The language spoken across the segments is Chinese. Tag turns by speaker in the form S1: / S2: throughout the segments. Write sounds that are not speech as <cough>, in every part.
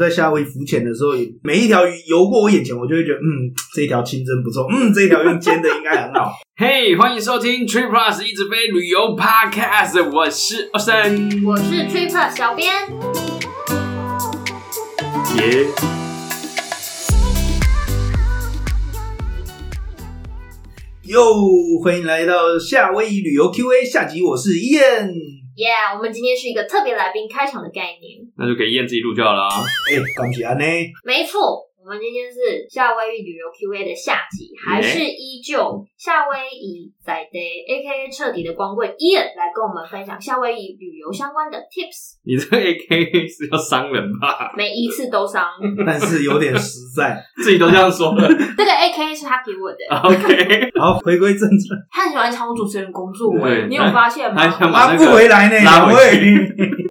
S1: 在夏威夷浮潜的时候，每一条鱼游过我眼前，我就会觉得，嗯，这一条清蒸不错，嗯，这一条用煎的应该很好。
S2: 嘿欢迎收听 Trip Plus 一直飞旅游 Podcast，我是二森。
S3: 我是 Tripper 小编，
S2: 耶！
S1: 哟，欢迎来到夏威夷旅游 Q&A 下集，我是燕。哎
S3: 耶、yeah,！我们今天是一个特别来宾开场的概念，
S2: 那就给燕自己录就好了啊。
S1: 哎、恭喜安呢，
S3: 没错。我们今天是夏威夷旅游 Q&A 的下集，还是依旧夏威夷在 Day A.K.A 彻底的光棍 Ian 来跟我们分享夏威夷旅游相关的 tips，
S2: 你这 AK 是要伤人吧？
S3: 每一次
S2: <laughs>
S3: 都伤。
S1: 但是有点实在。
S2: 自己都这样
S1: <laughs>
S2: 说了。
S3: 这个 A.K.A 是他给我的，
S2: OK，
S1: 好，回归正传，
S3: 他很喜欢抢我主持人工作
S2: 对
S3: 哎，你有发现吗
S2: 他？想把
S1: 拉
S2: 那
S1: 不
S2: 个
S1: 回来呢，
S2: 拉
S1: 两
S2: 回
S1: 位。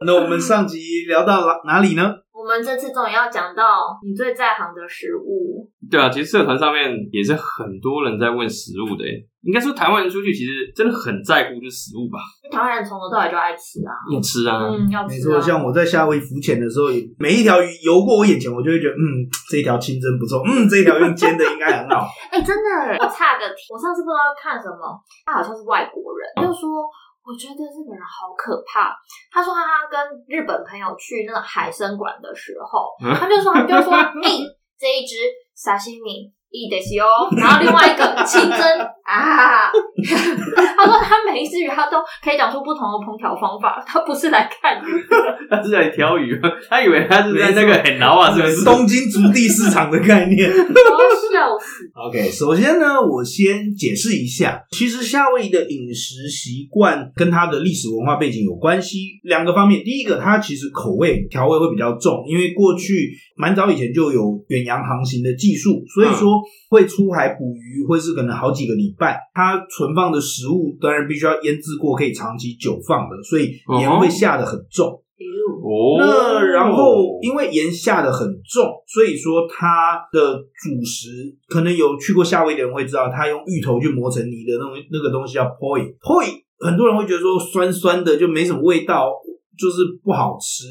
S1: 那我们上集聊到哪哪里呢？
S3: 我们这次终于要讲到你最在行的食物，
S2: 对啊，其实社团上面也是很多人在问食物的耶。应该说台湾人出去其实真的很在乎就是食物吧，
S3: 因为台湾人从头到尾就爱吃啊，
S2: 要吃啊。
S3: 嗯，要吃、
S1: 没
S3: 啊。
S1: 错，像我在夏威夷浮潜的时候，每一条鱼游过我眼前，我就会觉得，嗯，这一条清蒸不错，嗯，这一条用煎的应该很好。
S3: 哎、真的耶，我差个题。我上次不知道看什么，他好像是外国人，
S2: 嗯
S3: 就说我觉得日本人好可怕。他说他跟日本朋友去那个海参馆的时候，
S2: 嗯
S3: 他就说他就说，哎、这一只沙西米。一得西哦，然后另外一个清蒸啊，他说他每一只鱼他都可以讲出不同的烹调方法，他不是来看鱼的，
S2: 他是在挑鱼吗，他以为他是在那个很牢 <laughs> 啊，是不是？
S1: 东京足地市场的概念。
S3: 我笑死。
S1: OK，首先呢，我先解释一下，其实夏威夷的饮食习惯跟它的历史文化背景有关系，两个方面。第一个，它其实口味调味会比较重，因为过去蛮早以前就有远洋航行的技术，所以说会出海捕鱼会是可能好几个礼拜，它存放的食物当然必须要腌制过，可以长期久放的，所以盐会下的很重。
S3: <laughs> 比如
S2: 哦，
S1: 那然后因为盐下的很重，所以说它的主食可能有去过夏威夷的人会知道，它用芋头去磨成泥的那种那个东西叫 poi poi，很多人会觉得说酸酸的就没什么味道，就是不好吃。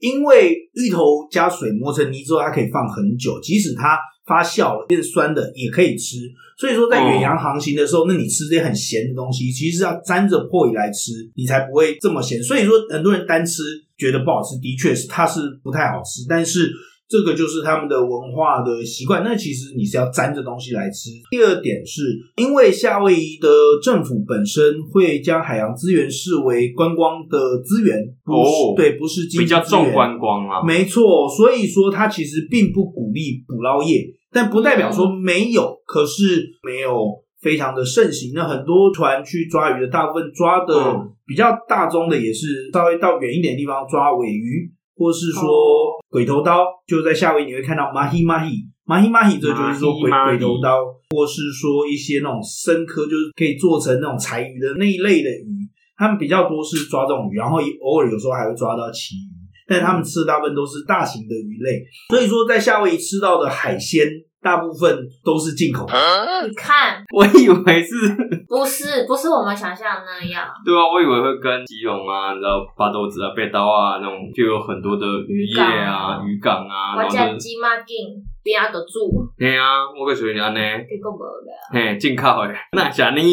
S1: 因为芋头加水磨成泥之后，它可以放很久，即使它发酵了变酸的也可以吃。所以说，在远洋航行的时候，那你吃这些很咸的东西，其实是要沾着破来吃，你才不会这么咸。所以说，很多人单吃觉得不好吃，的确是它是不太好吃，但是。这个就是他们的文化的习惯。那其实你是要沾着东西来吃。第二点是因为夏威夷的政府本身会将海洋资源视为观光的资源，不是
S2: 哦
S1: 对，不是经济
S2: 比较
S1: 资源
S2: 重观光啊，
S1: 没错，所以说它其实并不鼓励捕捞业，但不代表说没有，可是没有非常的盛行。那很多船去抓鱼的，大部分抓的
S2: 嗯
S1: 比较大宗的，也是稍微到远一点的地方抓尾鱼，或是说
S3: 哦
S1: 鬼头刀，就在夏威夷你会看到马希马希。马希马希，这就是说鬼鬼
S2: Mahi-mahi
S1: 头刀，或是说一些那种深科，就是可以做成那种柴鱼的那一类的鱼，他们比较多是抓这种鱼，然后偶尔有时候还会抓到旗鱼，但他们吃的大部分都是大型的鱼类，所以说在夏威夷吃到的海鲜大部分都是进口。
S3: 你看，
S2: 我以为是，
S3: 不是不是我们想象的那样，
S2: 对啊，我以为会跟基隆啊，你知道巴豆子啊、贝刀啊那种，就有很多的渔业啊、渔港啊，
S3: 我
S2: 然后
S3: 讲
S2: 就是，
S3: 鸡妈劲，边啊得住，
S2: 嘿啊，我个属于安呢，
S3: 这个无了。
S2: 嘿，进靠哎， <laughs> 那啥呢？ <laughs>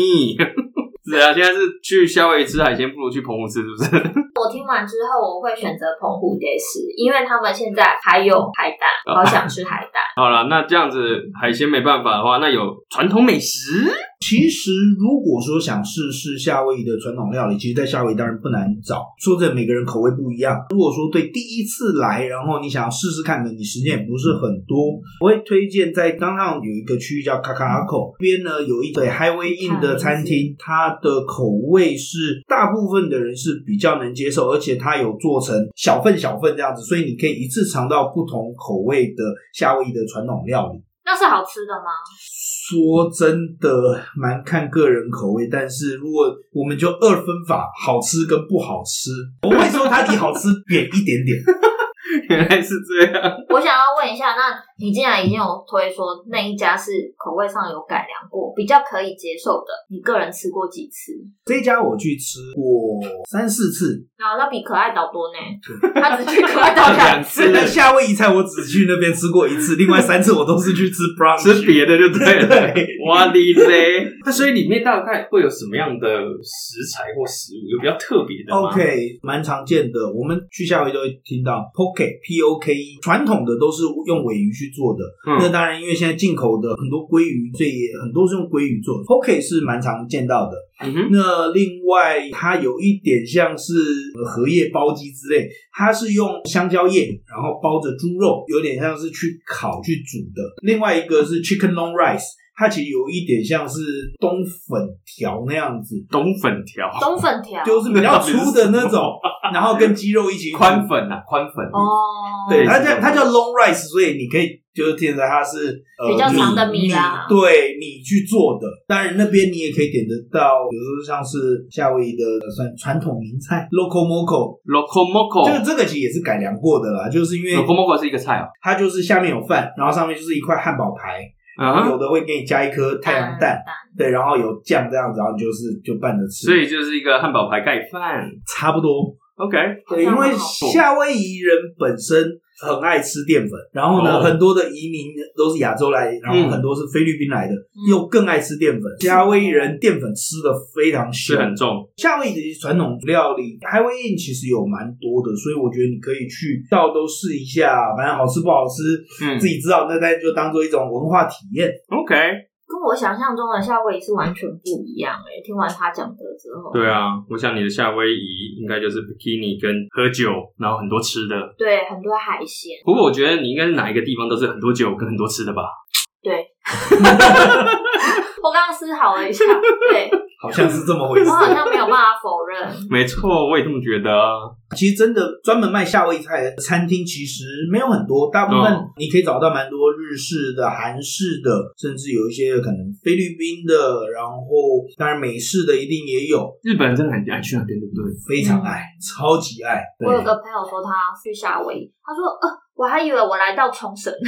S2: 是啊，现在是去夏威夷吃海鲜，不如去澎湖吃，是不是？ <laughs>
S3: 我听完之后，我会选择澎湖得吃，因为他们现在还有海胆，好想吃海胆。
S2: 好了，那这样子海鲜没办法的话，那有传统美食， <laughs>
S1: 其实如果说想试试夏威夷的传统料理，其实在夏威夷当然不难找。说真的，每个人口味不一样。如果说对第一次来，然后你想要试试看的，你时间也不是很多，我会推荐在当上有一个区域叫卡卡阿口，那边呢有一对 Highway Inn 的餐厅，它的口味是大部分的人是比较能接受，而且它有做成小份小份这样子，所以你可以一次尝到不同口味的夏威夷的传统料理。
S3: <laughs> 那是好吃的吗？
S1: 说真的，蛮看个人口味，但是如果我们就二分法，好吃跟不好吃，我会说它离好吃远一点点。 <laughs>
S2: 原来是这样。
S3: 我想要问一下，那你既然已经有推说那一家是口味上有改良过，比较可以接受的，你个人吃过几次？
S1: 这一家我去吃过三四次，
S3: 然后它啊比可爱岛 <laughs> 多呢， <laughs> 他只去可爱岛两次。
S2: 两次
S1: 那夏威夷菜我只去那边吃过一次，另外三次我都是去吃 brown，
S2: <laughs> 吃别的就 <laughs> 对了。
S1: <laughs>
S2: <laughs>
S1: 对
S2: 哇哩嘞！那所以里面大概会有什么样的食材或食物？有比较特别的吗
S1: OK，蛮常见的。我们去夏威夷都会听到 poke p o k e，传统的都是用尾鱼去做的。那
S2: 嗯
S1: 当然，因为现在进口的很多鲑鱼，所以也很多是用鲑鱼做的。poke 是蛮常见到的。
S2: 嗯哼，
S1: 那另外，它有一点像是呃荷叶包鸡之类，它是用香蕉叶，然后包着猪肉，有点像是去烤去煮的。另外一个是 chicken long rice，它其实有一点像是冬粉条那样子，
S2: 冬粉条、
S3: <laughs> 冬粉
S1: <laughs>
S3: 条
S1: 就是比较粗的那种，然后跟鸡肉一起煮
S2: 宽。粉啊，宽粉。
S3: 哦，
S1: 对，它
S2: 是
S1: 叫
S2: 这种
S1: 它叫 long rice，所以你可以就是听着它是、呃、
S3: 比较长的米啦
S1: 对米去做的。当然那边你也可以点得到，比如说像是夏威夷的呃算传统名菜 loco moco，、
S2: Loco
S1: 这个
S2: Moco，Loco
S1: 这个其实也是改良过的啦，就是因为
S2: Moco 是一个菜哦。
S1: 它就是下面有饭，然后上面就是一块汉堡排，
S2: 嗯哼
S1: 有的会给你加一颗太阳
S3: 嗯
S1: 蛋，对，然后有酱这样子，然后你就是就拌着吃，
S2: 所以就是一个汉堡排盖饭。
S1: 差不多。
S2: OK，
S1: 对，因
S3: 好像
S1: 为
S3: 很好
S1: 夏威夷人本身很爱吃淀粉，然后呢，
S2: 哦
S1: 很多的移民都是亚洲来，然后
S2: 嗯
S1: 很多是菲律宾来的，
S3: 嗯
S1: 又更爱吃淀粉。夏威夷人淀粉吃的非常
S2: 是
S1: 凶，
S2: 很重。
S1: 夏威夷的传统料理海威宴其实有蛮多的，所以我觉得你可以去到都试一下，反正好吃不好吃、
S2: 嗯
S1: 自己知道，那但就当做一种文化体验。
S2: ，OK，
S3: 跟我想象中的夏威夷是完全不一样哎、听完他讲的之后，
S2: 对啊，我想你的夏威夷应该就是 bikini 跟喝酒，然后很多吃的。
S3: 对，很多海鲜，
S2: 不过我觉得你应该是哪一个地方都是很多酒跟很多吃的吧？
S3: 对。我刚刚思考了一下，对
S1: 好像是这么回事
S3: 我。好像没有办法否认。
S2: 没错，我也这么觉得。啊
S1: 其实真的专门卖夏威夷菜的餐厅其实没有很多，大部分
S2: 嗯
S1: 你可以找到蛮多日式的、韩式的，甚至有一些可能菲律宾的，然后当然美式的一定也有，
S2: 日本人真的很爱去那边，对不对？
S1: 非常爱，超级爱。对
S3: 我有个朋友说他去夏威夷，他说呃，我还以为我来到冲绳， <laughs>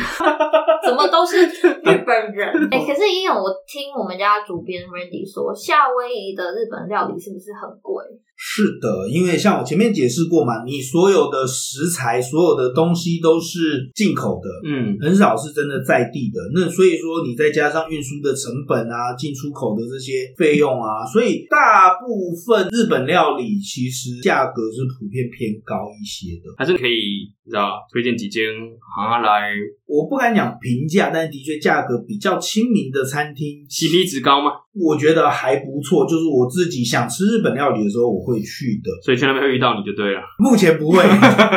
S3: 怎么都是日本人。哎、可是因为我听我们家主编 Randy 说，夏威夷的日本料理是不是很贵？
S1: 是的，因为像我前面解释过嘛，你所有的食材、所有的东西都是进口的，
S2: 嗯，
S1: 很少是真的在地的。那所以说，你再加上运输的成本啊、进出口的这些费用啊，所以大部分日本料理其实价格是普遍偏高一些的。
S2: 还是可以，你知道，推荐几间啊来
S1: 我不敢讲平价，但的确价格比较亲民的餐厅，
S2: ，CP 值高吗？
S1: 我觉得还不错。就是我自己想吃日本料理的时候，我会去的。
S2: 所以去那边会遇到你就对了。
S1: 目前不会，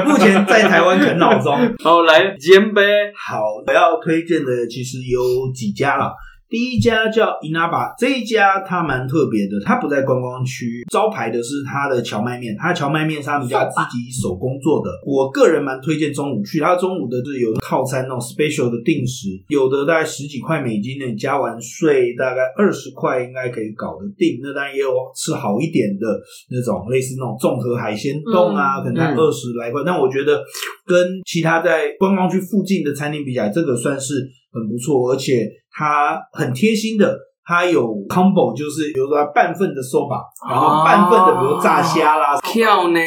S1: 目前在台湾啃老中。
S2: 好，来煎呗。
S1: 好，我要推荐的其实有几家啦。第一家叫伊那巴，这一家它蛮特别的，它不在观光区，招牌的是它的荞麦面，它的荞麦面是他们家自己手工做的。我个人蛮推荐中午去，它中午的就是有套餐那种 special 的定时，有的大概十几块美金的，你加完税大概二十块应该可以搞得定。那当然也有吃好一点的那种，类似那种综合海鲜冻啊，
S3: 嗯
S1: 可能才
S2: 嗯
S1: 二十来块，但我觉得跟其他在观光区附近的餐厅比起来，这个算是很不错，而且它很贴心的，它有 combo，就是比如说它半份的 soba，然后半份的比如炸虾啦，
S2: 跳呢？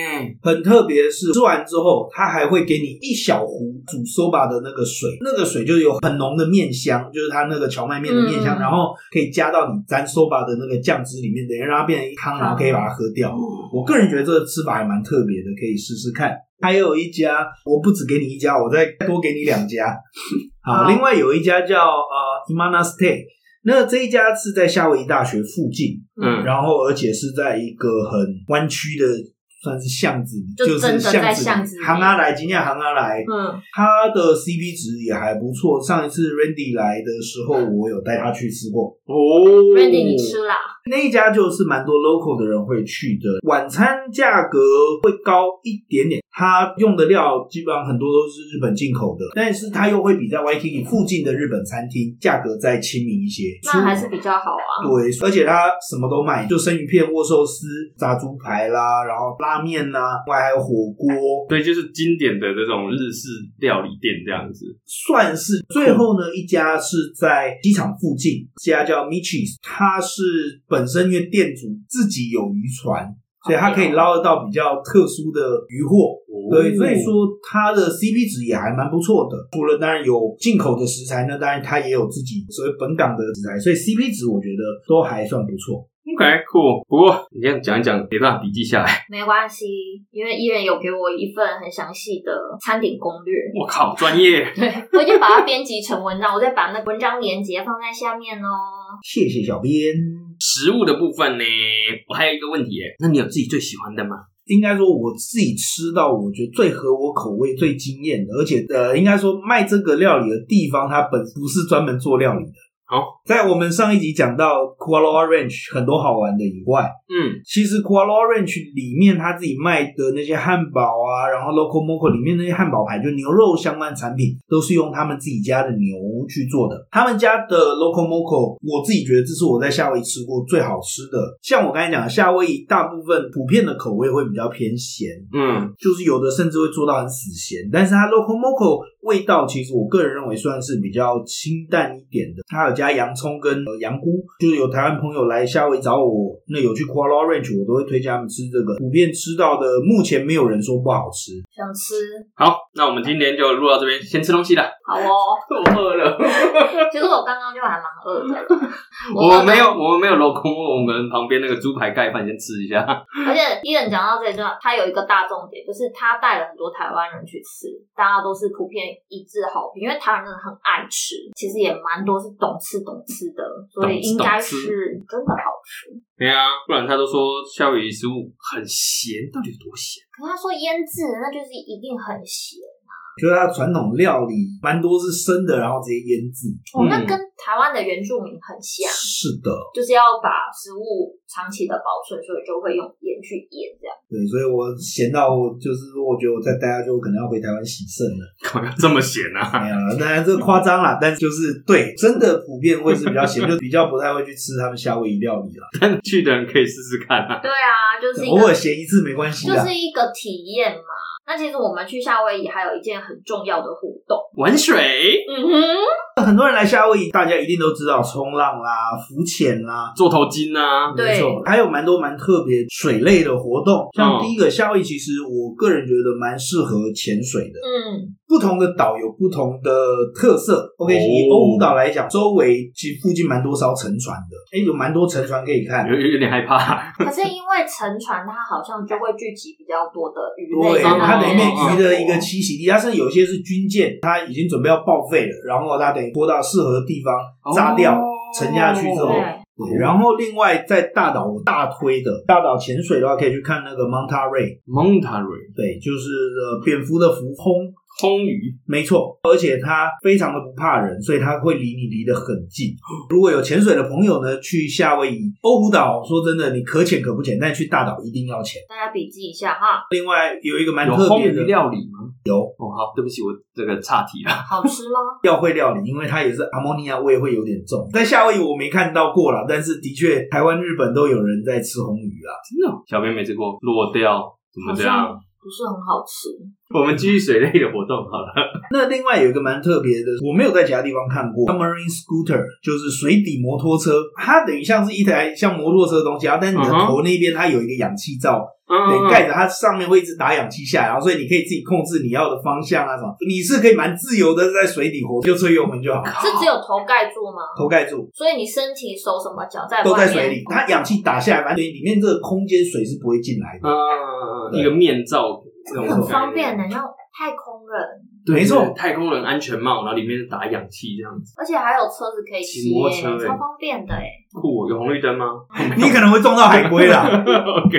S1: 很特别的是吃完之后，它还会给你一小壶煮 soba 的那个水，那个水就有很浓的面香，就是它那个荞麦面的面香，
S3: 嗯
S1: 然后可以加到你沾 soba 的那个酱汁里面，等于让它变成一汤，然后可以把它喝
S3: 哦
S1: 掉。我个人觉得这个吃法还蛮特别的，可以试试看。还有一家，我不只给你一家，我再多给你两
S3: <laughs>
S1: 家。好，
S3: 好
S1: 另外有一家叫呃 Imana Stay，那这一家是在夏威夷大学附近，
S2: 嗯
S1: 然后而且是在一个很弯曲的，算是巷子，
S3: 就真
S1: 是
S3: 的
S1: 巷
S3: 在
S1: 子
S3: 巷
S1: 里
S3: 子里
S1: 行啊来，今天行啊来，
S3: 嗯，
S1: 它的 CP 值也还不错。上一次 Randy 来的时候，我有带他去吃过，
S2: 哦
S3: Randy 你吃啦，
S1: 那一家就是蛮多 local 的人会去的，晚餐价格会高一点点，它用的料基本上很多都是日本进口的，但是它又会比在 YTD 附近的日本餐厅价格再亲民一些。
S3: 那还是比较好啊。
S1: 对，而且它什么都卖，就生鱼片、握寿司、炸猪排啦，然后拉面啦，外还有火锅，
S2: 对，就是经典的这种日式料理店这样子。
S1: 算是最后呢一家是在机场附近，这家叫 Michis，它是本身因为店主自己有渔船，所以它可以捞得到比较特殊的渔获。对，所以说它的 CP 值也还蛮不错的。除了当然有进口的食材呢，当然它也有自己所谓本港的食材，所以 CP 值我觉得都还算不错。
S2: OK，酷。不过你这样讲一讲，没办法笔记下来。 <laughs>
S3: 没关系，因为伊人有给我一份很详细的餐点攻略，
S2: 我靠，专业！
S3: 对 <laughs> 我已经把它编辑成文章，我再把那文章连接放在下面哦。
S1: 谢谢小编。
S2: 食物的部分呢，我还有一个问题耶，那你有自己最喜欢的吗？
S1: 应该说我自己吃到我觉得最合我口味、最惊艳的，而且呃，应该说卖这个料理的地方，它本不是专门做料理的。
S2: 好，
S1: 在我们上一集讲到 Kuala Ranch 很多好玩的以外，
S2: 嗯，
S1: 其实 Kuala Ranch 里面他自己卖的那些汉堡啊，然后 Local Moco 里面那些汉堡排，就牛肉相关产品，都是用他们自己家的牛去做的。他们家的 Local Moco，我自己觉得这是我在夏威夷吃过最好吃的。像我刚才讲的，夏威夷大部分普遍的口味会比较偏咸，
S2: 嗯，
S1: 就是有的甚至会做到很死咸，但是它 local moco 味道其实我个人认为算是比较清淡一点的，它有加洋葱跟呃羊菇，就是有台湾朋友来夏威夷找我，那有去 Kuala Ranch，我都会推荐他们吃这个，普遍吃到的，目前没有人说不好吃。
S3: 想吃，
S2: 好，那我们今天就录到这边，先吃东西啦。
S3: 好哦。
S2: 我饿了，
S3: <laughs> 其实我刚刚就还蛮饿的了，
S2: <laughs>
S3: <laughs>
S2: 我没有，，我们没有镂空，我们旁边那个猪排盖饭先吃一下。 <laughs>
S3: 而且伊人讲到这一段，他有一个大重点，就是他带了很多台湾人去吃，大家都是普遍一致好评，因为台湾人真的很爱吃，其实也蛮多是懂吃懂吃的，所以应该是真的好吃。
S2: 对啊，不然他都说夏威夷食物很咸，到底有多咸？ <laughs>
S3: 可是他说腌制，那就是一定很咸。
S1: 就是它的传统料理蛮多是生的，然后直接腌制。
S3: 哦，
S2: 嗯
S3: 那跟台湾的原住民很像，
S1: 是的，
S3: 就是要把食物长期的保存，所以就会用盐去腌这样。
S1: 对，所以我咸到我就是我觉得我再待下去，我可能要回台湾洗肾了。
S2: 干嘛要这么咸啊？ <laughs>
S1: 没有哎啦，当然这个夸张啦，但就是对，真的普遍会是比较咸，就比较不太会去吃他们夏威夷料理啦。
S2: 但去的人可以试试看啊。
S3: 对啊，就是一
S1: 偶
S3: 个
S1: 尔啊咸一次没关系
S3: 就
S1: 的。
S3: 是一个体验嘛。那其实我们去夏威夷还有一件很重要的互动，
S2: 玩水、
S3: 嗯
S1: <laughs>
S3: 哼，
S1: 很多人来夏威夷，大家一定都知道冲浪啦、浮潜啦。
S2: 做头巾啊，
S3: 对
S1: 没错，还有蛮多蛮特别水类的活动，像
S2: 嗯
S1: 第一个夏威夷，其实我个人觉得蛮适合潜水的。
S3: 嗯，
S1: 不同的岛有不同的特色。OK，、
S2: 哦
S1: 以欧胡岛来讲，周围其实附近蛮多艘沉船的，哎、有蛮多沉船可以看。
S2: 有有有点害怕。
S3: 可是因为沉船，它好像就会聚集比较多的鱼类
S1: 对，
S3: 在
S1: 它
S2: 哦
S3: 那
S1: 等于
S3: 边
S1: 变
S3: 生活，
S1: 鱼的一个栖息地，它是有些是军舰，它已经准备要报废了，然后它等于拖到适合的地方 <laughs> 炸掉、
S2: 哦
S1: 沉下去之后
S3: 对，
S1: 对然后另外在大岛我大推的大岛潜水的话，可以去看那个 Monterey，
S2: Monterey
S1: 对，就是呃蝙蝠的蝠鲲，
S2: 空鱼，
S1: 没错，而且它非常的不怕人，所以它会离你离得很近。如果有潜水的朋友呢，去夏威夷欧胡岛，说真的，你可潜可不潜，但去大岛一定要潜。
S3: 大家笔记一下哈，
S1: 另外有一个蛮
S2: 有
S1: 特
S2: 烘
S1: 别
S2: 鱼
S1: 的，
S2: 料理吗？
S1: 有
S2: 哦，好，对不起，我这个岔题了。 <laughs>
S3: 好吃吗？
S1: 要会料理，因为它也是阿莫尼亚味会有点重。在夏威夷我没看到过啦，但是的确台湾、日本都有人在吃红鱼啊啦。
S2: 真的哦，小编没吃过，落掉怎么这
S3: 好
S1: 啊
S2: 样
S3: 像？不是很好吃，
S2: 我们继续水类的活动
S1: <laughs>
S2: 好了。
S1: 那另外有一个蛮特别的，我没有在其他地方看过，submarine scooter 就是水底摩托车，它等于像是一台像摩托车的东西啊，但是你的
S2: 嗯哼
S1: 头那边它有一个氧气罩，
S2: 嗯
S1: 对，盖着它上面会一直打氧气下来，然后所以你可以自己控制你要的方向啊什么，你是可以蛮自由的在水底活，就吹油门就好，
S3: 是只有头盖住吗？
S1: 头盖住。
S3: 所以你身体、手什么脚在
S1: 都
S3: 外
S1: 在
S3: 面
S1: 水里，它氧气打下来，反正里面这个空间水是不会进来的。
S2: 嗯，一个面罩，这种
S3: 很方便
S2: 的。
S3: 的，像太空人，
S2: 对
S1: 没错
S2: 太空人安全帽，然后里面是打氧气这样子，
S3: 而且还有车子可以
S2: 骑
S3: 骑
S2: 摩
S3: 耶、
S2: 托车欸
S3: 超方便的哎、
S2: 酷哦。有红
S1: <laughs>
S2: 绿灯吗
S1: 你可能会撞到海龟
S2: <laughs>
S1: 啦，
S2: ？OK，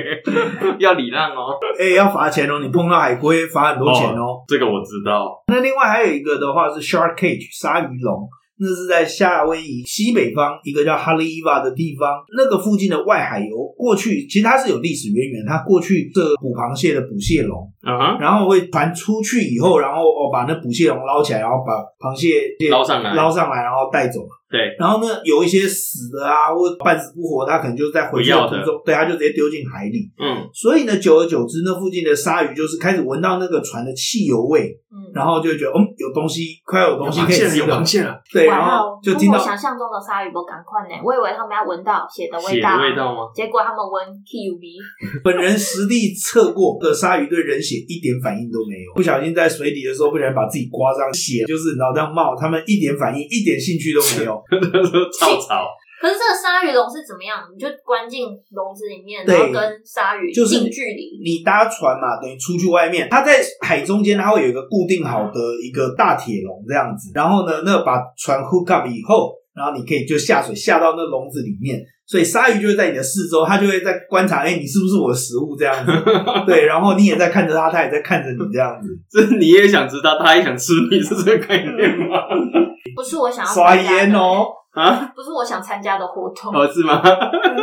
S2: 要 <laughs> 礼让哦。
S1: 哎、要罚钱哦，你碰到海龟罚很多钱哦。
S2: 这个我知道。
S1: 那另外还有一个的话是 shark cage 鲨鱼笼，那是在夏威夷西北方一个叫哈利伊瓦的地方，那个附近的外海油过去其实它是有历史渊源，它过去这捕螃蟹的捕蟹笼，
S2: 嗯哼，
S1: 然后会船出去以后，然后哦把那捕蟹笼捞起来，然后把螃蟹
S2: 捞上来
S1: 捞上来，然后带走。
S2: 对，
S1: 然后呢，有一些死的啊，或半死不活，他可能就在回去的
S2: 不要
S1: 途
S2: 的
S1: 中，对，他就直接丢进海里。
S2: 嗯，
S1: 所以呢，久而久之，那附近的鲨鱼就是开始闻到那个船的汽油味，
S3: 嗯，
S1: 然后就会觉得，嗯，有东西，快要有东西可以吃了。
S2: 蟹了，
S1: 对，
S3: 哇
S1: 然
S3: 哦
S1: 后就
S3: 跟
S1: 听到
S3: 我想象中的鲨鱼不赶快呢，我以为他们要闻到血的
S2: 血
S3: 道，
S2: 的味道吗？ <laughs>
S3: 结果他们闻 Q V，
S1: 本人实地测过的鲨鱼对人血一点反应都没有，不小心在水底的时候，不小心把自己刮伤，血就是脑袋冒，他们一点反应，一点兴趣都没有。
S2: 跳槽，
S3: 可是这个鲨鱼笼是怎么样？你就关进笼子里面，
S1: 对
S3: 然后跟鲨鱼
S1: 就是
S3: 近距离，
S1: 你搭船嘛，等于出去外面，它在海中间，它会有一个固定好的一个大铁笼这样子。然后呢，那把船 hook up 以后，然后你可以就下水下到那笼子里面。所以鲨鱼就会在你的四周，它就会在观察，哎、你是不是我的食物这样子？对，然后你也在看着它，它也在看着你这样子，
S2: 这你也想知道，他也想吃你，是这个概念吗？
S3: 不是我想要
S1: 刷
S3: 参加的
S1: 烟哦，。
S3: 嗯
S2: <laughs> 啊，
S3: 不是我想参加的活动。
S2: 哦，是吗？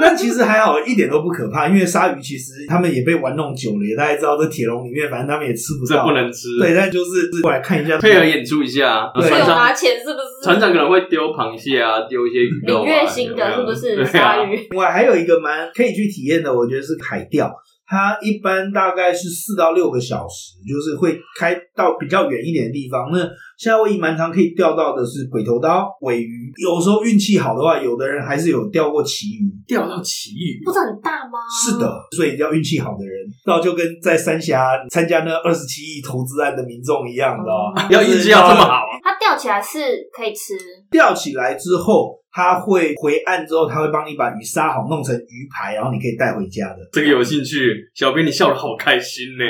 S1: 那其实还好，一点都不可怕，因为鲨鱼其实他们也被玩弄久了，也大家知道这铁笼里面，反正他们也吃不
S2: 这
S1: 到，
S2: 不能吃，
S1: 对，但就是过来看一下
S2: 配合演出一下。
S1: 对
S3: 是
S2: 船
S3: 有
S2: 长
S3: 拿钱是不是？
S2: 船长可能会丢螃蟹啊，丢一些鱼肉
S3: 领
S2: 啊，
S3: 月薪的是
S2: 有没
S3: 不
S2: 有
S3: 是
S2: 对啊
S3: 鲨鱼？
S1: 另外还有一个蛮可以去体验的，我觉得是海钓，它一般大概是四到六个小时，就是会开到比较远一点的地方。那夏威夷蛮常可以钓到的是鬼头刀、尾鱼，有时候运气好的话，有的人还是有钓过旗鱼。
S2: 钓到奇鱼
S3: 不是很大吗？
S1: 是的，所以要运气好的人，那就跟在三峡参加那二十七亿投资案的民众一样的、哦，
S3: 嗯
S2: 要运气要这么好啊？
S3: 它吊起来是可以吃，
S1: 钓起来之后，它会回岸之后，它会帮你把鱼杀好，弄成鱼排，然后你可以带回家的。
S2: 这个有兴趣，小编你笑得好开心呢。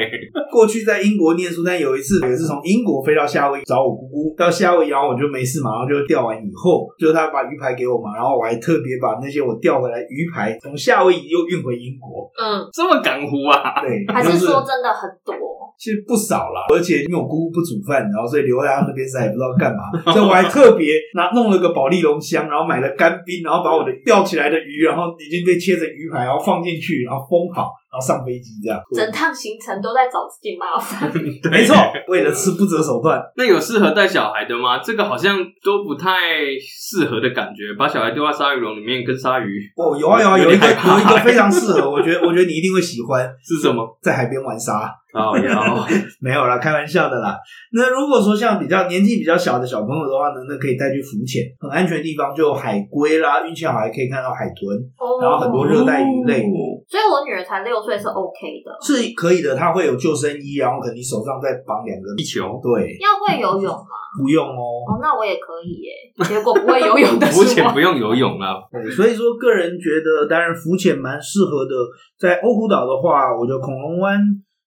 S1: 过去在英国念书，但有一次也是从英国飞到夏威夷找我姑姑，到夏威夷，然后我就没事嘛，然后就钓完以后，就是他把鱼排给我嘛，然后我还特别把那些我钓回来鱼排从夏威夷又运回英国，
S3: 嗯，
S2: 这么敢呼
S1: <laughs>
S2: 啊？
S1: 对，
S3: 还
S1: 就是
S3: 说真的很多？
S1: 其实不少啦，而且因为我姑姑不煮饭，然后所以留在她那边是也不知道干嘛，所以我还特别拿弄了个保利龙箱，然后买了干冰，然后把我的钓起来的鱼，然后已经被切成鱼排，然后放进去，然后封好，然后上飞机这样。
S3: 整趟行程都在找自己麻烦，
S2: 对
S1: 没错，为了吃不择手段。
S2: 那有适合带小孩的吗？这个好像都不太适合的感觉，把小孩丢到鲨鱼笼里面跟鲨鱼
S1: 哦，有啊有啊，有
S2: 有
S1: 一
S2: 点
S1: 个
S2: 害怕
S1: 有一个非常适合，我觉得我觉得你一定会喜欢，
S2: <laughs> 是什么？
S1: 在海边玩沙。
S2: 哦，然后
S1: 没有啦，开玩笑的啦。那如果说像比较年纪比较小的小朋友的话呢，那可以带去浮潜，很安全的地方就有海龟啦，运气好还可以看到海豚，<laughs>
S3: 哦
S1: 然后很多热带鱼类
S2: 哦
S3: 所以我女儿才六岁是 OK 的，
S1: 是可以的。它会有救生衣，然后可能你手上再绑两个
S2: 地球。
S1: 对，
S3: 要会游泳吗？
S1: 不用哦。
S3: 哦，那我也可以耶。结果不会游泳
S1: <laughs>
S3: 的是
S2: 浮潜
S3: 我
S2: 不。用游泳啦，
S1: 对，所以说个人觉得，当然浮潜蛮适合的。在欧胡岛的话，我觉得恐龙湾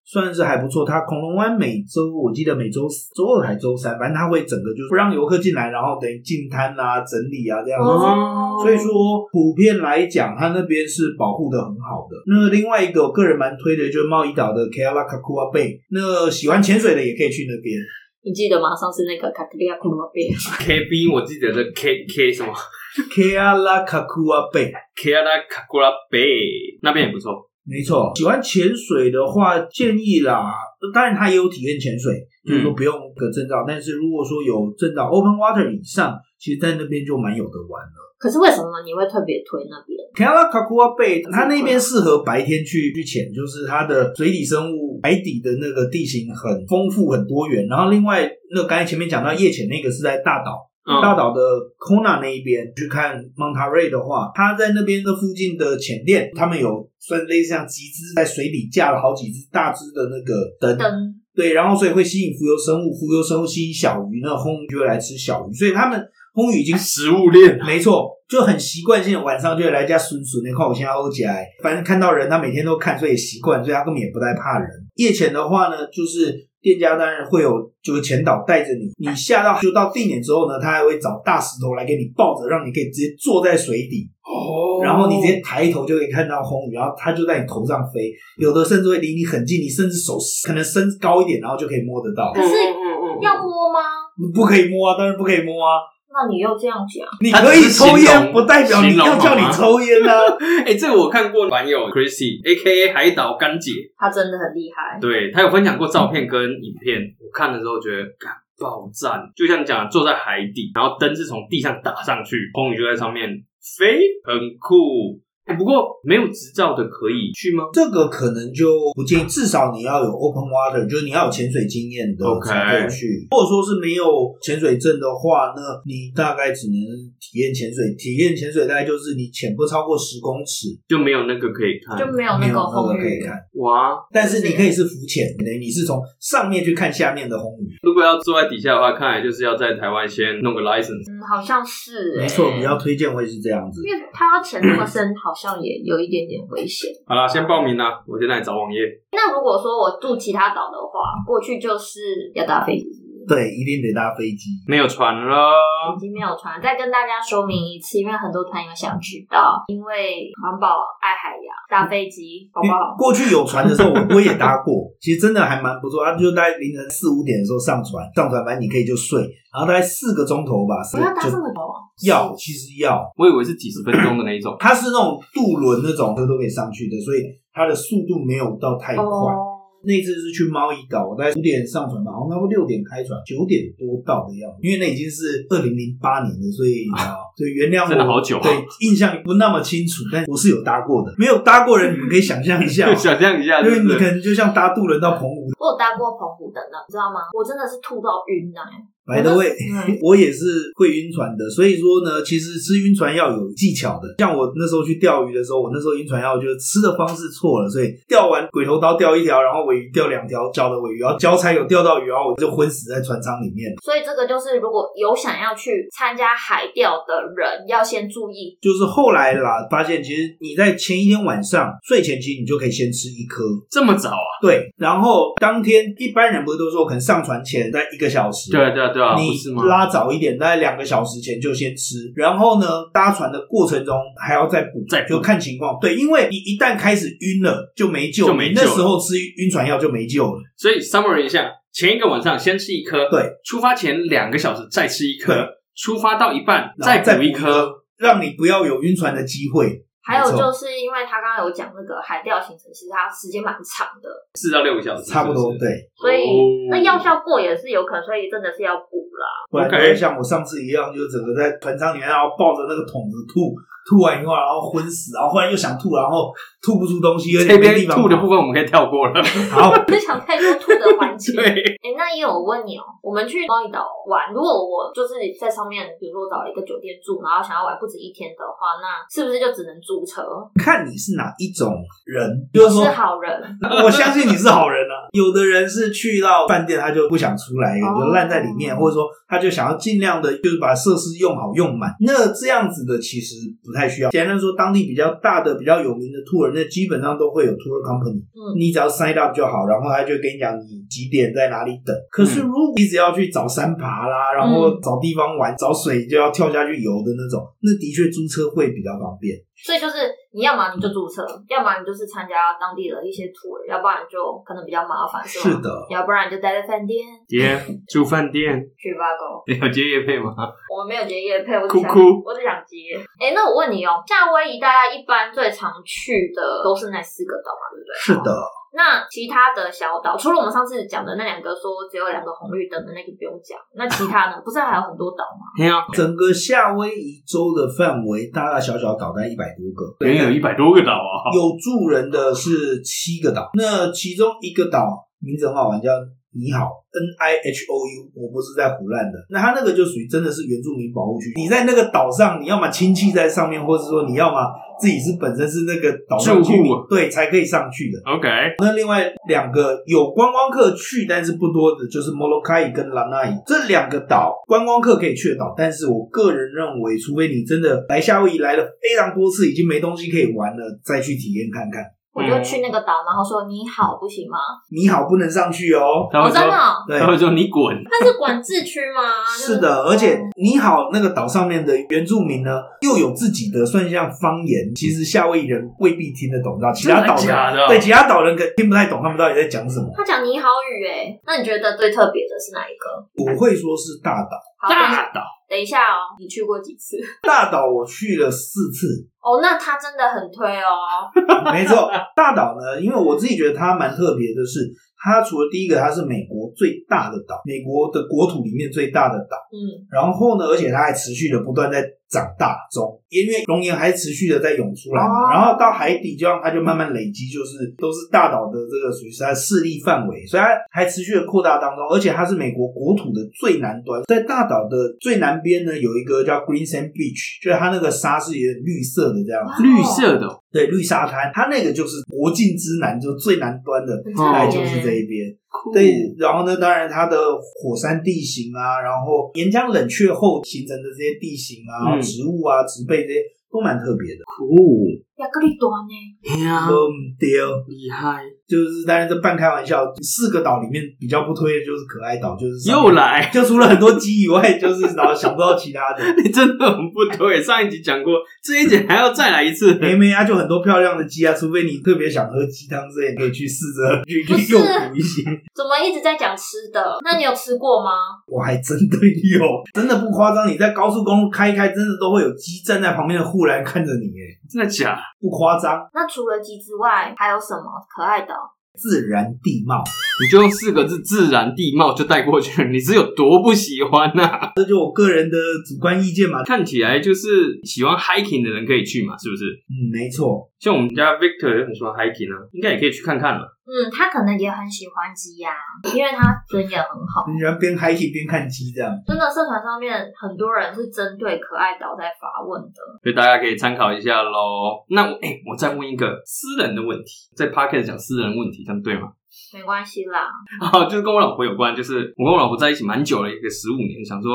S1: 算是还不错。它恐龙湾每周我记得每周周二还周三，反正它会整个就是不让游客进来，然后等于进滩啊、整理啊这样子。
S3: 哦
S1: 所以说，普遍来讲，它那边是保护的很好的。那另外一个，我个人蛮推的，就是贸易岛的 Kala Kakua Bay。那喜欢潜水的也可以去那边。
S3: 你记得吗？上次那个卡克利亚库罗贝，
S2: K B 我记得的 K K 什么
S1: Kala Kakua Bay，
S2: K a r a k a k u r a Bay 那边也不错，
S1: 没错。喜欢潜水的话，建议啦，当然它也有体验潜水，就是说
S2: 嗯
S1: 不用个证照，但是如果说有证照 Open Water 以上，其实在那边就蛮有的玩了。
S3: 可是为什么你会特别推那边？
S1: Kala Kakua Bay，它那边适合白天去去潜，就是它的水底生物、海底的那个地形很丰富、很多元。然后另外，那刚才前面讲到夜潜那个是在大岛，
S2: 嗯
S1: 大岛的 Kona 那一边去看 Monterey 的话，它在那边的附近的潜店，他们有算类似像集资在水底架了好几只大只的那个灯，
S3: 灯
S1: 对，然后所以会吸引浮游生物，浮游生物吸引小鱼，那红鱼就会来吃小鱼，所以他们红鱼已经
S2: 食物链
S1: 没错，就很习惯性地晚上就会来家损损的看我现在欧起来，反正看到人他每天都看，所以也习惯，所以他根本也不太怕人。夜潜的话呢，就是店家当然会有就是潜导带着你，你下到就到定点之后呢，他还会找大石头来给你抱着，让你可以直接坐在水底，
S2: 哦
S1: 然后你直接抬头就可以看到红鱼，然后它就在你头上飞，有的甚至会离你很近，你甚至手可能伸
S2: <laughs>
S1: 高一点，然后就可以摸得到。
S3: 可是
S2: 嗯嗯嗯
S3: 要摸吗？
S1: 不可以摸啊，当然不可以摸啊。
S3: 那你又这样讲，
S1: 你
S2: 它只
S1: 可以
S2: 是
S1: 抽
S2: 形
S1: 烟，
S2: 容
S1: 不代表你
S2: 形容
S1: 要叫你
S2: 好吗
S1: 抽烟呐、啊。
S2: 哎、这个我看过网友 Chrissy A K A 海岛干姐，
S3: 他真的很厉害。
S2: 对她有分享过照片跟影片，我看的时候觉得干爆赞，就像你讲的，坐在海底，然后灯是从地上打上去，风雨就在上面飞，很酷。哎不过没有执照的可以去吗？
S1: 这个可能就不建议，至少你要有 open water，就是你要有潜水经验的
S2: OK
S1: 才可以去。或者说是没有潜水证的话，那你大概只能体验潜水。体验潜水大概就是你潜不超过十公尺，
S2: 就没有那个可以看
S3: 就没有
S1: 啊没
S3: 那
S1: 有
S3: 个
S1: 那
S3: 红
S1: 个可以
S3: 雨，
S1: 看。
S2: 哇！
S1: 但是你可以是浮潜，等于你是从上面去看下面的红鱼。
S2: 如果要坐在底下的话，看来就是要在台湾先弄个 license。
S3: 嗯，好像是、欸，
S1: 没错，比较推荐会是这样子。
S3: 因为他要潜那么深，好像也有一点点危险。
S2: 好啦，先报名啦，我先来找网页。
S3: 那如果说我住其他岛的话，过去就是嗯要搭飞机，
S1: 对，一定得搭飞机。
S2: 没有船了
S3: 已，经没有船。再跟大家说明一次，因为很多团友想知道，因为环保爱海洋，搭飞机好不
S1: 因为
S3: 好？
S1: 过去有船的时候，我我也搭
S3: <laughs>
S1: 过，其实真的还蛮不错。啊，就大概凌晨四五点的时候上船，上船反正你可以就睡，然后大概四个钟头吧，是
S3: 不要搭
S1: 就
S3: 这么啊多，
S1: 要其实要，。
S2: 我以为是几十分钟的那一种
S1: 它是那种渡轮那种车都可以上去的，所以它的速度没有到太快。
S3: 哦。
S1: 那次是去猫屿岛，我大概五点上船吧，好像差不多六点开船，九点多到的样子。因为那已经是二零零八年了，所
S3: <laughs>
S1: 以你知道，所以原谅我，
S2: 真的好久啊
S1: 对，印象不那么清楚，但我是有搭过的。没有搭过人，你们可以想象一
S2: <laughs>
S1: 下，哦
S2: 想象一下，
S1: 因
S2: 就
S1: 为你可
S2: 是
S1: 能就像搭渡轮到澎湖，
S3: 我有搭过澎湖的呢，你知道吗？我真的是吐到晕了、欸。
S1: 白的位。
S3: 嗯，
S1: <laughs> 我也是会晕船的，所以说呢，其实吃晕船药有技巧的。像我那时候去钓鱼的时候，我那时候晕船药就是吃的方式错了，所以钓完鬼头刀钓一条，然后尾鱼钓两条，小的尾鱼，然后交叉有钓到鱼，然后我就昏死在船舱里面。
S3: 所以这个就是，如果有想要去参加海钓的人，要先注意
S1: 就是后来啦，发现其实你在前一天晚上睡前，其实你就可以先吃一颗，
S2: 这么早啊？
S1: 对。然后当天一般人不是都说可能上船前在一个小时，
S2: 对啊，对啊，对啊，不是
S1: 你
S2: 吗？
S1: 拉早一点，大概两个小时前就先吃，然后呢，搭船的过程中还要再补，
S2: 再补
S1: 就看情况。对，因为你一旦开始晕了，就没救了，
S2: 就没
S1: 你
S2: 救
S1: 那
S2: 了
S1: 时候吃晕船药就没救了。
S2: 所以 summary 一下，前一个晚上先吃一颗，
S1: 对，
S2: 出发前两个小时再吃一
S1: 对
S2: 颗，出发到一半
S1: 然后再
S2: 补一颗。，
S1: 让你不要有晕船的机会。
S3: 还有
S1: 没错
S3: 就是因为他刚刚有讲那个海钓行程，其实它时间蛮长的，
S2: 四到六个小时，
S1: 差不多
S2: 是是
S1: 对，
S3: 所以、
S2: 哦
S3: 那药效过也是有可能，所以真的是要补啦。
S1: 不然
S2: OK
S1: 就会像我上次一样，就整个在船舱里面，然后抱着那个桶子吐，吐完以后然后昏死，然后忽然又想吐，然后吐不出东西，有
S2: 这
S1: 点没
S2: 边
S1: 地方
S2: 吐的部
S1: 跑
S2: 分我们可以跳过了。
S1: 好，
S3: <laughs> 不想太多吐的环
S1: <laughs>
S3: 节。
S2: 对，
S3: 哎、那也有问你哦、我们去猫屿岛玩，如果我就是在上面，比如说找了一个酒店住，然后想要玩不止一天的话，那是不是就只能租车？
S1: 看你是哪一种人，就是说
S3: 是好人，
S1: <laughs> 我相信你是好人啊。有的人是去到饭店他就不想出来，
S3: 哦
S1: 就烂在里面，或者说他就想要尽量的，就是把设施用好用满。那这样子的其实不太需要。简单说，当地比较大的、比较有名的 tour，那基本上都会有 tour company，
S3: 嗯，
S1: 你只要 sign up 就好，然后他就跟你讲你几点在哪里等。可是如果你只要去找山爬啦，然后找地方玩、找水就要跳下去游的那种，那的确租车会比较方便。
S3: 所以就是你要么你就注册，要么你就是参加当地的一些 tour，要不然就可能比较麻烦，是吗？
S1: 是的
S3: 要不然你就待在饭店
S2: 姐住饭店，
S3: 去吧狗。
S2: 有接夜配吗？
S3: 我们没有接夜配，我只
S2: 哭
S3: 想
S2: 哭
S3: 我只想接。哎、那我问你哦、夏威夷大家一般最常去的都是那四个岛嘛，对不对？
S1: 是的。
S3: 那其他的小岛，除了我们上次讲的那两个说只有两个红绿灯的那个不用讲，
S1: <laughs>
S3: 那其他呢？不是还有很多岛吗？
S2: 对啊，
S1: 整个夏威夷州的范围，大大小小岛在一百多个，
S2: 原有一百多个岛啊，
S1: 有住人的是七个岛，那其中一个岛名字很好玩，叫你好 N I H O U，我不是在胡乱的。那它那个就属于真的是原住民保护区，你在那个岛上，你要么亲戚在上面，或者说你要么自己是本身是那个岛上居民
S2: 住户，啊
S1: 对，才可以上去的。
S2: OK，
S1: 那另外两个有观光客去，但是不多的，就是 Molokai 跟 Lanai 这两个岛，观光客可以去的岛。但是我个人认为，除非你真的来夏威夷来了非常多次，已经没东西可以玩了，再去体验看看。
S3: 我就去那个岛，然后说你好，不行吗？
S1: 你好，不能上去哦。
S2: 他
S3: 哦，
S2: 会
S3: 真的
S2: 说，
S3: 哦、
S1: 对
S2: 他，会说你滚，
S3: 那是管制区吗？
S1: 是的，而且你好，那个岛上面的原住民呢，又有自己的算像方言，其实夏威夷人未必听得懂，到其他岛
S2: 真的假
S1: 人
S2: 的
S1: 对其他岛人可听不太懂他们到底在讲什么。
S3: 他讲你欸好语哎，那你觉得最特别的是哪一个？
S1: 我会说是大岛。
S3: 好，等一下
S2: 大岛
S3: 等一一下哦，你去过几次？ <laughs>
S1: 大岛我去了四次，
S3: 哦，那他真的很推
S1: <laughs>
S3: 哦。
S1: 没错，大岛呢，因为我自己觉得它蛮特别的是，它除了第一个，它是美国最大的岛，美国的国土里面最大的岛。
S3: 嗯，
S1: 然后呢，而且它还持续的不断在长大中，因为熔岩还持续的在涌出来嘛，
S3: 哦
S1: 然后到海底这样它就慢慢累积，就是都是大岛的这个属于是它的势力范围，所以它还持续的扩大当中，而且它是美国国土的最南端，在大岛的最南边呢有一个叫 Green Sand Beach，就是它那个沙是有点绿色的这样，
S2: 绿色的哦
S1: 对，绿沙滩，它那个就是国境之南，就最南端
S2: 哦
S1: 的，
S3: 很
S1: 大概
S3: 特别
S1: 就是这一边。
S2: 酷
S1: 对，然后呢，当然它的火山地形啊，然后岩浆冷却后形成的这些地形啊、
S2: 嗯啊
S1: 植物啊、植被这些都蛮特别的。
S2: 酷，
S3: 亚克力多呢？
S2: 嘿呀，
S1: 嗯，对哦，
S2: 厉害，
S1: 就是当然这半开玩笑，四个岛里面比较不推的就是可爱岛，就是上面
S2: 又，来， <laughs>
S1: 就除了很多鸡以外，就是然后想不到其他的。
S2: 你真的很不对。上一集讲过，这一集还要再来一 <laughs> 次。
S1: 没没啊，就很多漂亮的鸡啊，除非你特别想喝鸡汤之类，你可以去试着去
S3: 不
S1: 去
S3: 是
S1: 诱捕一些。
S3: 怎么一直在讲吃的？那你有吃过吗？
S1: 我还真的有，真的不夸张，你在高速公路开一开，真的都会有鸡站在旁边的护栏看着你，哎，
S2: 真的假的？
S1: 不夸张，
S3: 那除了鸡之外，还有什么可爱的？哦
S1: 自然地貌，
S2: 你就用四个字“自然地貌”就带过去了，你是有多不喜欢呐、
S1: 这就我个人的主观意见嘛。
S2: 看起来就是喜欢 hiking 的人可以去嘛，是不是？
S1: 嗯，没错，
S2: 像我们家 Victor 也很喜欢 hiking 啊，应该也可以去看看了。
S3: 嗯，他可能也很喜欢鸡呀、因为他尊严很好。
S1: 你喜欢边 hiking 边看鸡这样，
S3: 真的，社团上面很多人是针对可爱岛在发问的。
S2: 所以大家可以参考一下喽。那我哎、我再问一个私人的问题，在 Pocket 讲私人问题，这样对吗？ <laughs>
S3: 没关系啦，
S2: 好，就是跟我老婆有关，就是我跟我老婆在一起蛮久了，一个十五年，想说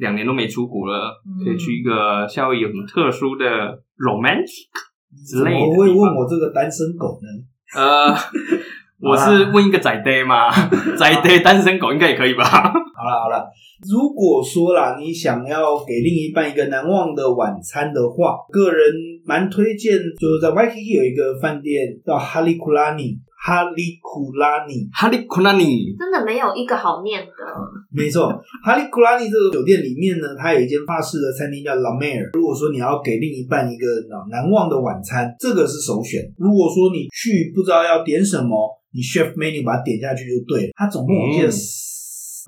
S2: 两年都没出国了，
S3: 嗯
S2: 可以去一个夏威夷有什么特殊的 romantic 之
S1: 怎
S2: 类的地方。
S1: 么会问我这个单身狗呢？ <laughs>
S2: 呃，我是问一个仔爹吗？ <laughs> 仔爹单身狗应该也可以吧？
S1: 好了好了，如果说啦，你想要给另一半一个难忘的晚餐的话，个人蛮推荐，就是在 Waikiki 有一个饭店叫哈利库拉尼，哈利库拉尼。
S2: 哈利库纳尼，
S3: 真的没有一个好念的。
S1: 没错，哈利库拉尼这个酒店里面呢，它有一间法式的餐厅叫 La Mer。如果说你要给另一半一个难忘的晚餐，这个是首选。如果说你去不知道要点什么，你 Chef Menu 把它点下去就对了。它总共我记得
S2: 嗯
S1: 是、啊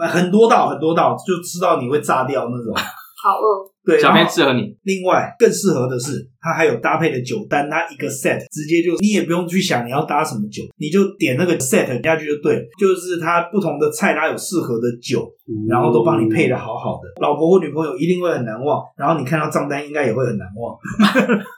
S1: 很多道很多道，就吃到你会炸掉那种。
S3: 好饿，
S1: 对，啊
S2: 小
S1: 然
S2: 编
S1: 后
S2: 适合你。
S1: 另外更适合的是，它还有搭配的酒单，它一个 set 直接就你也不用去想你要搭什么酒，你就点那个 set 下去就对了。就是它不同的菜，它有适合的酒。然后都帮你配的好好的，老婆或女朋友一定会很难忘，然后你看到账单应该也会很难忘。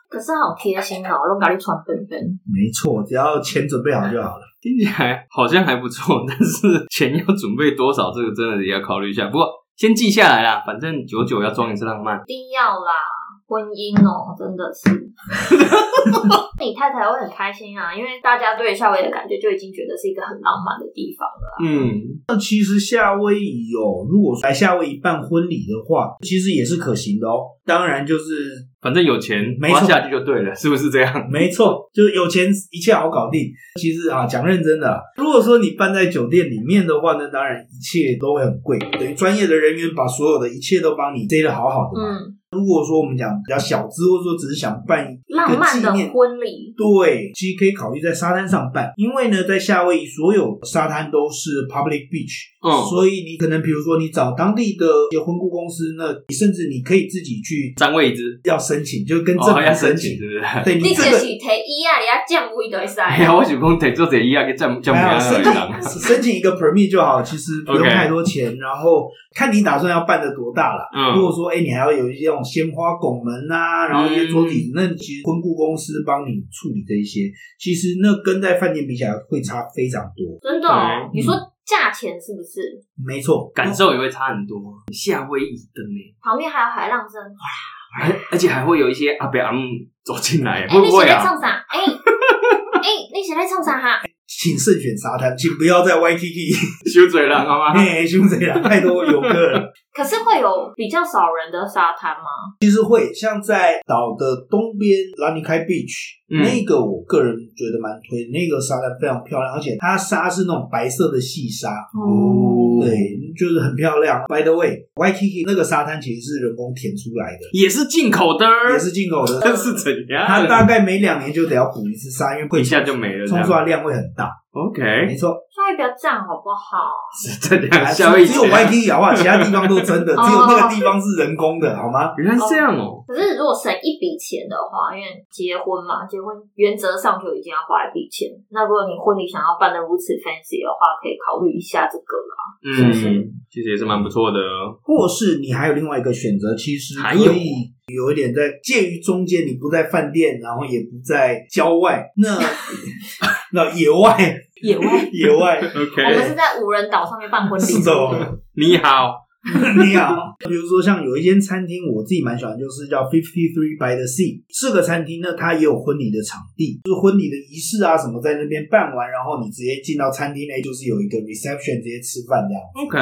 S3: 可是好贴心哦，弄咖喱穿本本。
S1: 没错，只要钱准备好就好了。
S2: 听起来好像还不错，但是钱要准备多少，这个真的也要考虑一下。不过先记下来啦，反正久久要装一次浪漫
S3: 一。定要啦，婚姻哦，真的是。 <laughs> 你太太会很开心啊，因为大家对夏威夷的感觉就已经觉得是一个很浪漫的地方了。
S2: 嗯，
S1: 那其实夏威夷哦，如果来夏威夷办婚礼的话，其实也是可行的哦。当然就是
S2: 反正有钱
S1: 没错
S2: 花下去就对了，是不是这
S1: <laughs>
S2: 样？
S1: 没错，就是有钱一切好搞定。其实啊，讲认真的啊、如果说你办在酒店里面的话，那当然一切都会很贵，等于专业的人员把所有的一切都帮你塞得好好的嘛。
S3: 嗯，
S1: 如果说我们讲比较小资，或者说只是想办一个
S3: 浪漫
S1: 纪
S3: 的
S1: 念
S3: 婚礼，
S1: 对，其实可以考虑在沙滩上办，因为呢，在夏威夷所有沙滩都是 public beach，、
S2: 嗯
S1: 所以你可能比如说你找当地的一些婚顾公司，那你甚至你可以自己去
S2: 占位置
S1: 要申请，就跟政
S2: 哦，要
S1: 府
S2: 申
S1: 请
S2: 请，。对不对？
S1: 对
S3: 你
S1: 你
S3: 就
S1: 这
S3: 是
S1: 个
S3: 提伊啊，你要降位的
S2: <laughs>
S3: 噻。
S2: 哎呀，我想讲得做这一样，跟占占
S1: 没
S2: 不
S1: 有哎申
S2: 一
S1: <laughs>
S2: 样。
S1: 请申请一个 permit 就好，其实不用
S2: OK
S1: 太多钱，然后看你打算要办的多大啦。
S2: 嗯
S1: 如果说哎、你还要有一些那种鲜花拱门啊，然后一些
S2: 嗯
S1: 桌椅，那其实婚顾公司帮你处理这一些，其实那跟在饭店比起来会差非常多。
S3: 真的、哦
S2: 嗯，
S3: 你说价钱是不是？
S1: 没错，
S2: 感受也会差很多。夏威夷的呢，
S3: 旁边还有海浪声，
S2: 而而且还会有一些阿伯阿姆走进来，
S3: 哎、
S2: 会
S3: 你
S2: 不会
S3: 是
S2: <laughs>
S3: 在
S2: 啊？
S3: 唱啥？哎、哎、你是在唱啥哈？
S1: 请慎选沙滩，请不要在
S2: <laughs>
S1: YTT
S2: 修嘴了好吗？
S1: 嘿兄弟啊，太多游客了。 <laughs>
S3: 可是会有比较少人的沙滩吗？
S1: 其实会像在岛的东边拉尼开 Beach，、
S2: 嗯
S1: 那个我个人觉得蛮推，那个沙滩非常漂亮，而且它沙是那种白色的细沙，
S2: 哦
S1: 对，就是很漂亮。By the way，YTT 那个沙滩其实是人工填出来的，
S2: 也是进口的，
S1: 也
S2: <laughs>
S1: 是进口的，
S2: 这是怎样？
S1: 它大概每两年就得要补一次沙，因为会
S2: 一下就哎没了这
S1: 冲哎
S2: 样，
S1: 刷量会很大。没
S2: OK，
S1: 错，
S3: 稍微不要这样好不好？
S2: 是这 <laughs> 样，
S1: 只
S2: 夏
S1: 啊
S2: 威夷
S1: 哎只有 YT 摇
S2: <laughs>
S1: 啊，其他地方都真的，只有那个地方是人工的，好吗？
S2: 原来是这样哦，
S3: 可是如果省一笔钱的话，因为结婚嘛，结婚原则上就已经要花一笔钱。那如果你婚礼想要办的如此 fancy 的话，可以考虑一下这个啦。
S2: 嗯
S3: 是是，
S2: 其实也是蛮不错的。哦
S1: 或是你还有另外一个选择，其实
S2: 还
S1: 可
S2: 有啊
S1: 以有一点在介于中间，你不在饭店，然后也不在郊外，
S2: <laughs>
S1: 那那野外
S3: 野外，
S1: 野外， <laughs>
S3: 我们
S2: OK，
S3: 是在无人岛上面办婚礼，
S1: 是的哦。
S2: 你好，
S1: 你好，比如说像有一间餐厅，我自己蛮喜欢，就是叫 Fifty Three by the Sea，是个餐厅，那它也有婚礼的场地，就是婚礼的仪式啊什么在那边办完，然后你直接进到餐厅内，就是有一个 reception 直接吃饭这样，
S2: OK，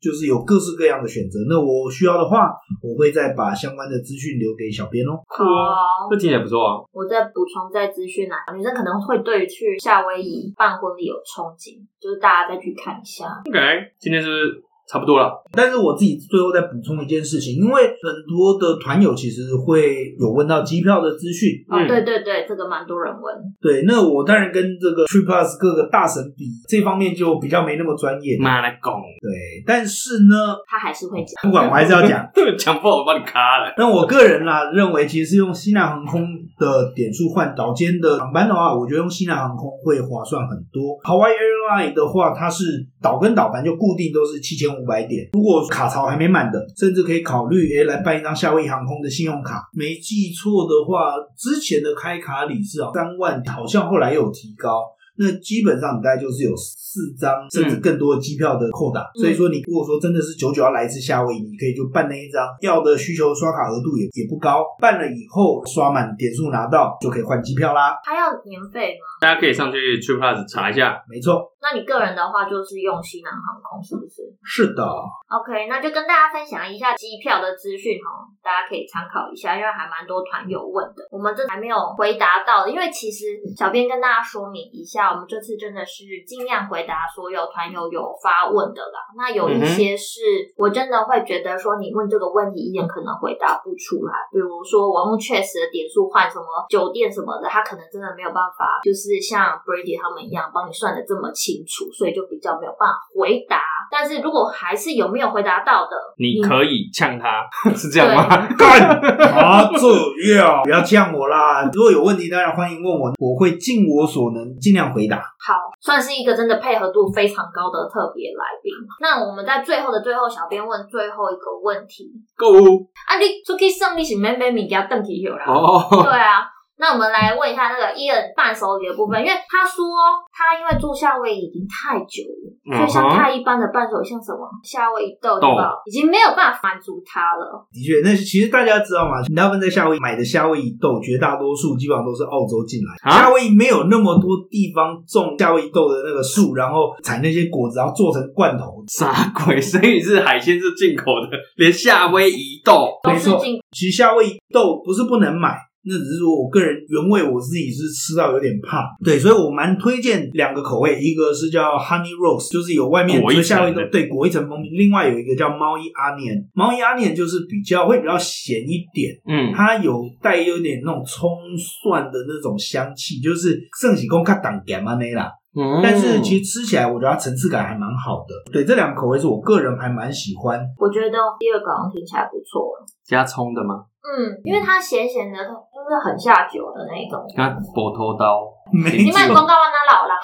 S1: 就是有各式各样的选择。那我需要的话，我会再把相关的资讯留给小编哦。
S3: 好，
S2: 这听起来不错哦。
S3: 我再补充在资讯啊，女生可能会对去夏威夷办婚礼有憧憬，就是大家再去看一下。哦
S2: OK，今天是不是差不多了？
S1: 但是我自己最后再补充一件事情，因为很多的团友其实会有问到机票的资讯，
S3: 哦
S2: 嗯，
S3: 对对对，这个蛮多人问，
S1: 对，那我当然跟这个 Trip Plus 各个大神比，这方面就比较没那么专业。
S2: 妈来拱，
S1: 对，但是呢，
S3: 他还是会讲。
S1: 不管我还是要讲。
S2: <laughs> 讲不好我把你卡了。
S1: 那我个人啦、认为，其实用西南航空的点数换岛间的航班的话，我觉得用西南航空会划算很多。Hawaii Airline 的话，它是岛跟岛班就固定都是七千五百点，如果卡槽还没满的，甚至可以考虑诶来办一张夏威夷航空的信用卡。没记错的话，之前的开卡礼是啊三万，好像后来又有提高。那基本上你大概就是有四张甚至更多的机票的扣打，
S3: 嗯
S1: 所以说你如果说真的是久久要来一次夏威夷，你可以就办那一张，要的需求刷卡额度也也不高，办了以后刷满点数拿到就可以换机票啦，
S3: 他要年费吗？
S2: 大家可以上去 Trip Plus 查一下。
S1: 没错，
S3: 那你个人的话就是用西南航空是不是
S1: 是的，
S3: ？OK，那就跟大家分享一下机票的资讯哦，大家可以参考一下，因为还蛮多团友问的，我们这还没有回答到的。因为其实小编跟大家说明一下，我们这次真的是尽量回答所有团友有发问的啦。那有一些是我真的会觉得说，你问这个问题一眼可能回答不出来，比如说我用确实的点数换什么酒店什么的，他可能真的没有办法，就是像 Brady 他们一样帮你算的这么清楚，所以就比较没有办法回答。但是如果还是有没有回答到的，
S2: 你可以呛他，是这样
S3: 对
S2: 吗？
S1: 干啊这样，不要呛我啦， <laughs> 如果有问题当然欢迎问我，我会尽我所能尽量回答。
S3: 好，算是一个真的配合度非常高的特别来宾。那我们在最后的最后，小编问最后一个问题：
S2: 购物
S3: 啊，你出去送你是免买物件邓起有啦？
S2: 哦，
S3: 对啊，那我们来问一下那个伊恩伴手礼的部分，因为他说他因为住夏威夷已经太久了，所以像
S2: 嗯哼
S3: 他一般的伴手像什么夏威夷豆
S2: 豆
S3: 吧，已经没有办法满足他了。
S1: 的确，那是其实大家知道吗？大部分在夏威夷买的夏威夷豆，绝大多数基本上都是澳洲进来。
S2: 啊
S1: 夏威夷没有那么多地方种夏威夷豆的那个树，然后采那些果子，然后做成罐头。
S2: 啥鬼？所以是海鲜是进口的，连夏威夷豆
S3: 都
S1: 没
S3: 是
S1: 错
S3: 进
S1: 其实夏威夷豆不是不能买，那只是说我个人原味我自己是吃到有点怕。对，所以我蛮推荐两个口味，一个是叫 Honey Rose，就是有外面
S2: 裹一层
S1: 就是夏威夷豆
S2: 的
S1: 对裹一层蜂蜜；另外有一个叫猫一 Onion，猫一 Onion 就是比较会比较咸一点。
S2: 嗯，
S1: 它有带有点那种葱蒜的那种香气，就是圣喜公卡党干嘛那啦。
S2: 嗯哦
S1: 但是其
S2: 实
S1: 实吃起来，我觉得它层次感还蛮好的。对，这两个口味是我个人还蛮喜欢。
S3: 我觉得第二个好像听起来不错。
S2: 加葱的吗？
S3: 嗯，因为它咸咸的，就是很下酒的那种。
S2: 跟波头刀，
S1: 没
S3: 你买
S1: 错，
S3: 广告万那老狼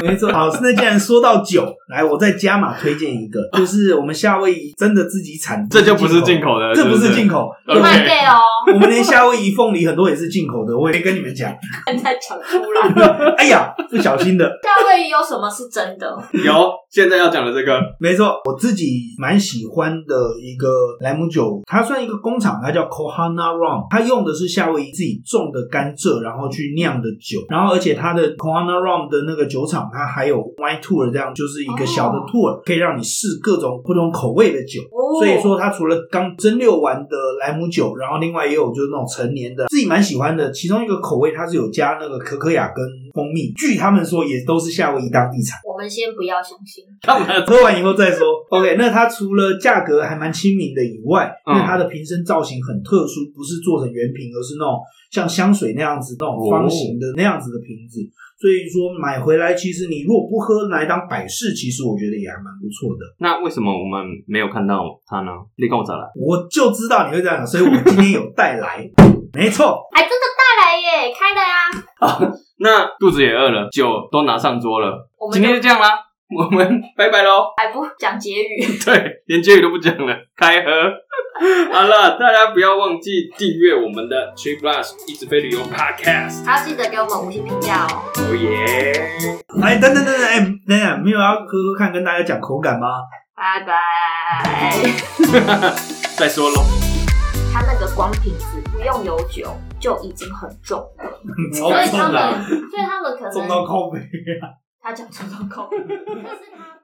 S3: 哎、
S1: 没错。好，那既然说到酒，来，我再加码推荐一个，就是我们夏威夷真的自己产，
S2: 这就不是进口的，
S1: 这不是进口，
S2: 口。
S3: 你
S1: 对
S2: 对
S3: 卖 gay 哦，
S1: 我们连夏威夷凤梨很多也是进口的，我也跟你们
S2: <laughs>
S1: 讲。
S3: 现在讲出来，
S1: 哎呀，不小心的，
S3: 夏威夷有什么是真的？
S2: 有现在要讲的这个
S1: 没错，我自己蛮喜欢的一个莱姆酒，它算一个工厂，它叫 Kohana Rum，它用的是夏威夷自己种的甘蔗，然后去酿的酒，然后而且它的 Kohana Rum 的那个酒厂，它还有 wine tour 这样，就是一个小的
S3: 哦
S1: tour，可以让你试各种不同口味的酒。
S3: 哦
S1: 所以说，它除了刚蒸馏完的莱姆酒，然后另外也有就是那种成年的，自己蛮喜欢的。其中一个口味它是有加那个可可雅跟蜂蜜，据他们说也都是夏威夷当地产。
S3: 我们先不要相信。
S2: 干嘛？
S1: 喝完以后再说。OK，那它除了价格还蛮亲民的以外，
S2: 嗯
S1: 因为它的瓶身造型很特殊，不是做成圆瓶，而是那种像香水那样子那种方形的那样子的瓶子。所以说买回来，其实你如果不喝拿来当摆饰，其实我觉得也还蛮不错的。
S2: 那为什么我们没有看到他呢？你跟我咋了？
S1: 我就知道你会这样讲，所以我今天有带来。 <laughs> 没错，
S3: 还哎真的带来耶，开了啊！
S2: 那肚子也饿了，酒都拿上桌了，
S3: 我们
S2: 今天
S3: 就
S2: 就这样啦，我们拜拜喽。
S3: 还不讲结语，
S2: 对，连结语都不讲了，开喝。 <laughs> 好了，大家不要忘记订阅我们的 Trip Plus 一直飞旅游 Podcast。
S3: 还要记得给我们五星评价哦。
S2: 哦耶！
S1: 哎，等等等等，哎，等等，没有要喝喝看跟大家讲口感吗？
S3: 拜拜。
S2: <laughs> 再说喽，
S3: 它那个光瓶子不用有酒就已经很重了，
S1: 超
S3: 所
S1: <laughs>
S3: 以
S1: 重
S3: 他
S1: 的，
S3: 们，所以他们可
S1: 重到
S3: 能
S1: 靠背。
S3: 他讲重到空，但是他。